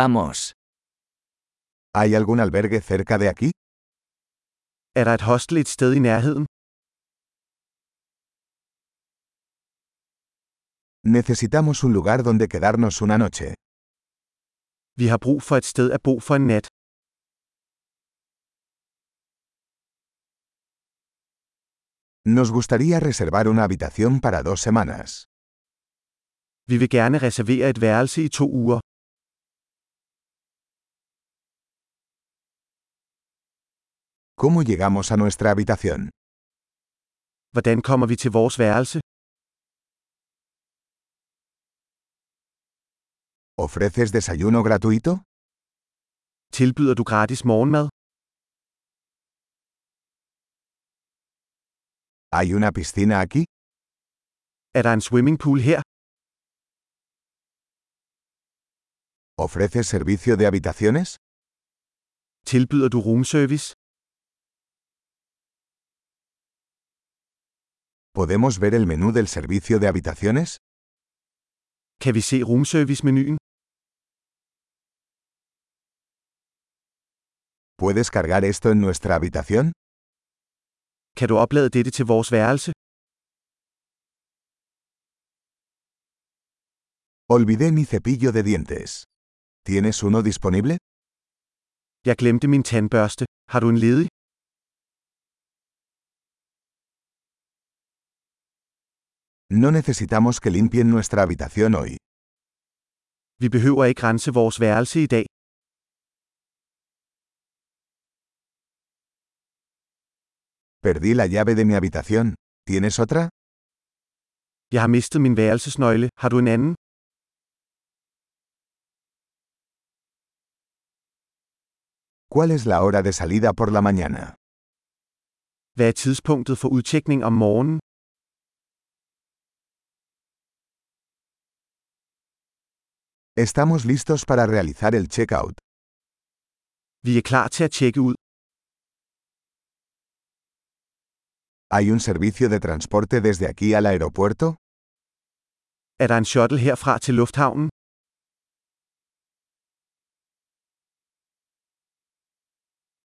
Vamos. ¿Hay algún albergue cerca de aquí? Er der et hostel et sted i nærheden? Necesitamos un lugar donde quedarnos una noche. Vi har brug for et sted at bo for en nat. Nos gustaría reservar una habitación para dos semanas. Vi vil gerne reservere et værelse i to uger. ¿Cómo llegamos a nuestra habitación? Hvordan kommer vi til vores værelse? ¿Ofreces desayuno gratuito? Tilbyder du gratis morgenmad? ¿Hay una piscina aquí? Er der en swimmingpool her? ¿Ofreces servicio de habitaciones? Tilbyder du roomservice? ¿Podemos ver el menú del servicio de habitaciones? Kan vi se roomservice-menuen? ¿Puedes cargar esto en nuestra habitación? Kan du oplade dette til vores værelse? Olvidé mi cepillo de dientes. ¿Tienes uno disponible? Jeg glemte min tandbørste. Har du en ledig? No necesitamos que limpien nuestra habitación hoy. Vi behøver ikke rense vores værelse i dag. Perdí la llave de mi habitación. ¿Tienes otra? Jeg har mistet min værelsesnøgle. Har du en anden? ¿Cuál es la hora de salida por la mañana? Hvad er tidspunktet for udtjekning om morgenen? Estamos listos para realizar el checkout. Vi er klar til at tjekke ud. ¿Hay un servicio de transporte desde aquí al aeropuerto? Er der en shuttle herfra til lufthavnen?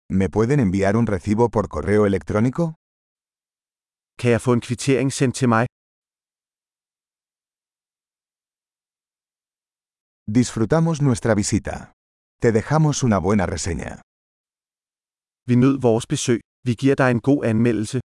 ¿Me pueden enviar un recibo por correo electrónico? Kan jeg få en kvittering sendt til mig? Disfrutamos nuestra visita. Te dejamos una buena reseña. Vi nød vores besøg. Vi giver dig en god anmeldelse.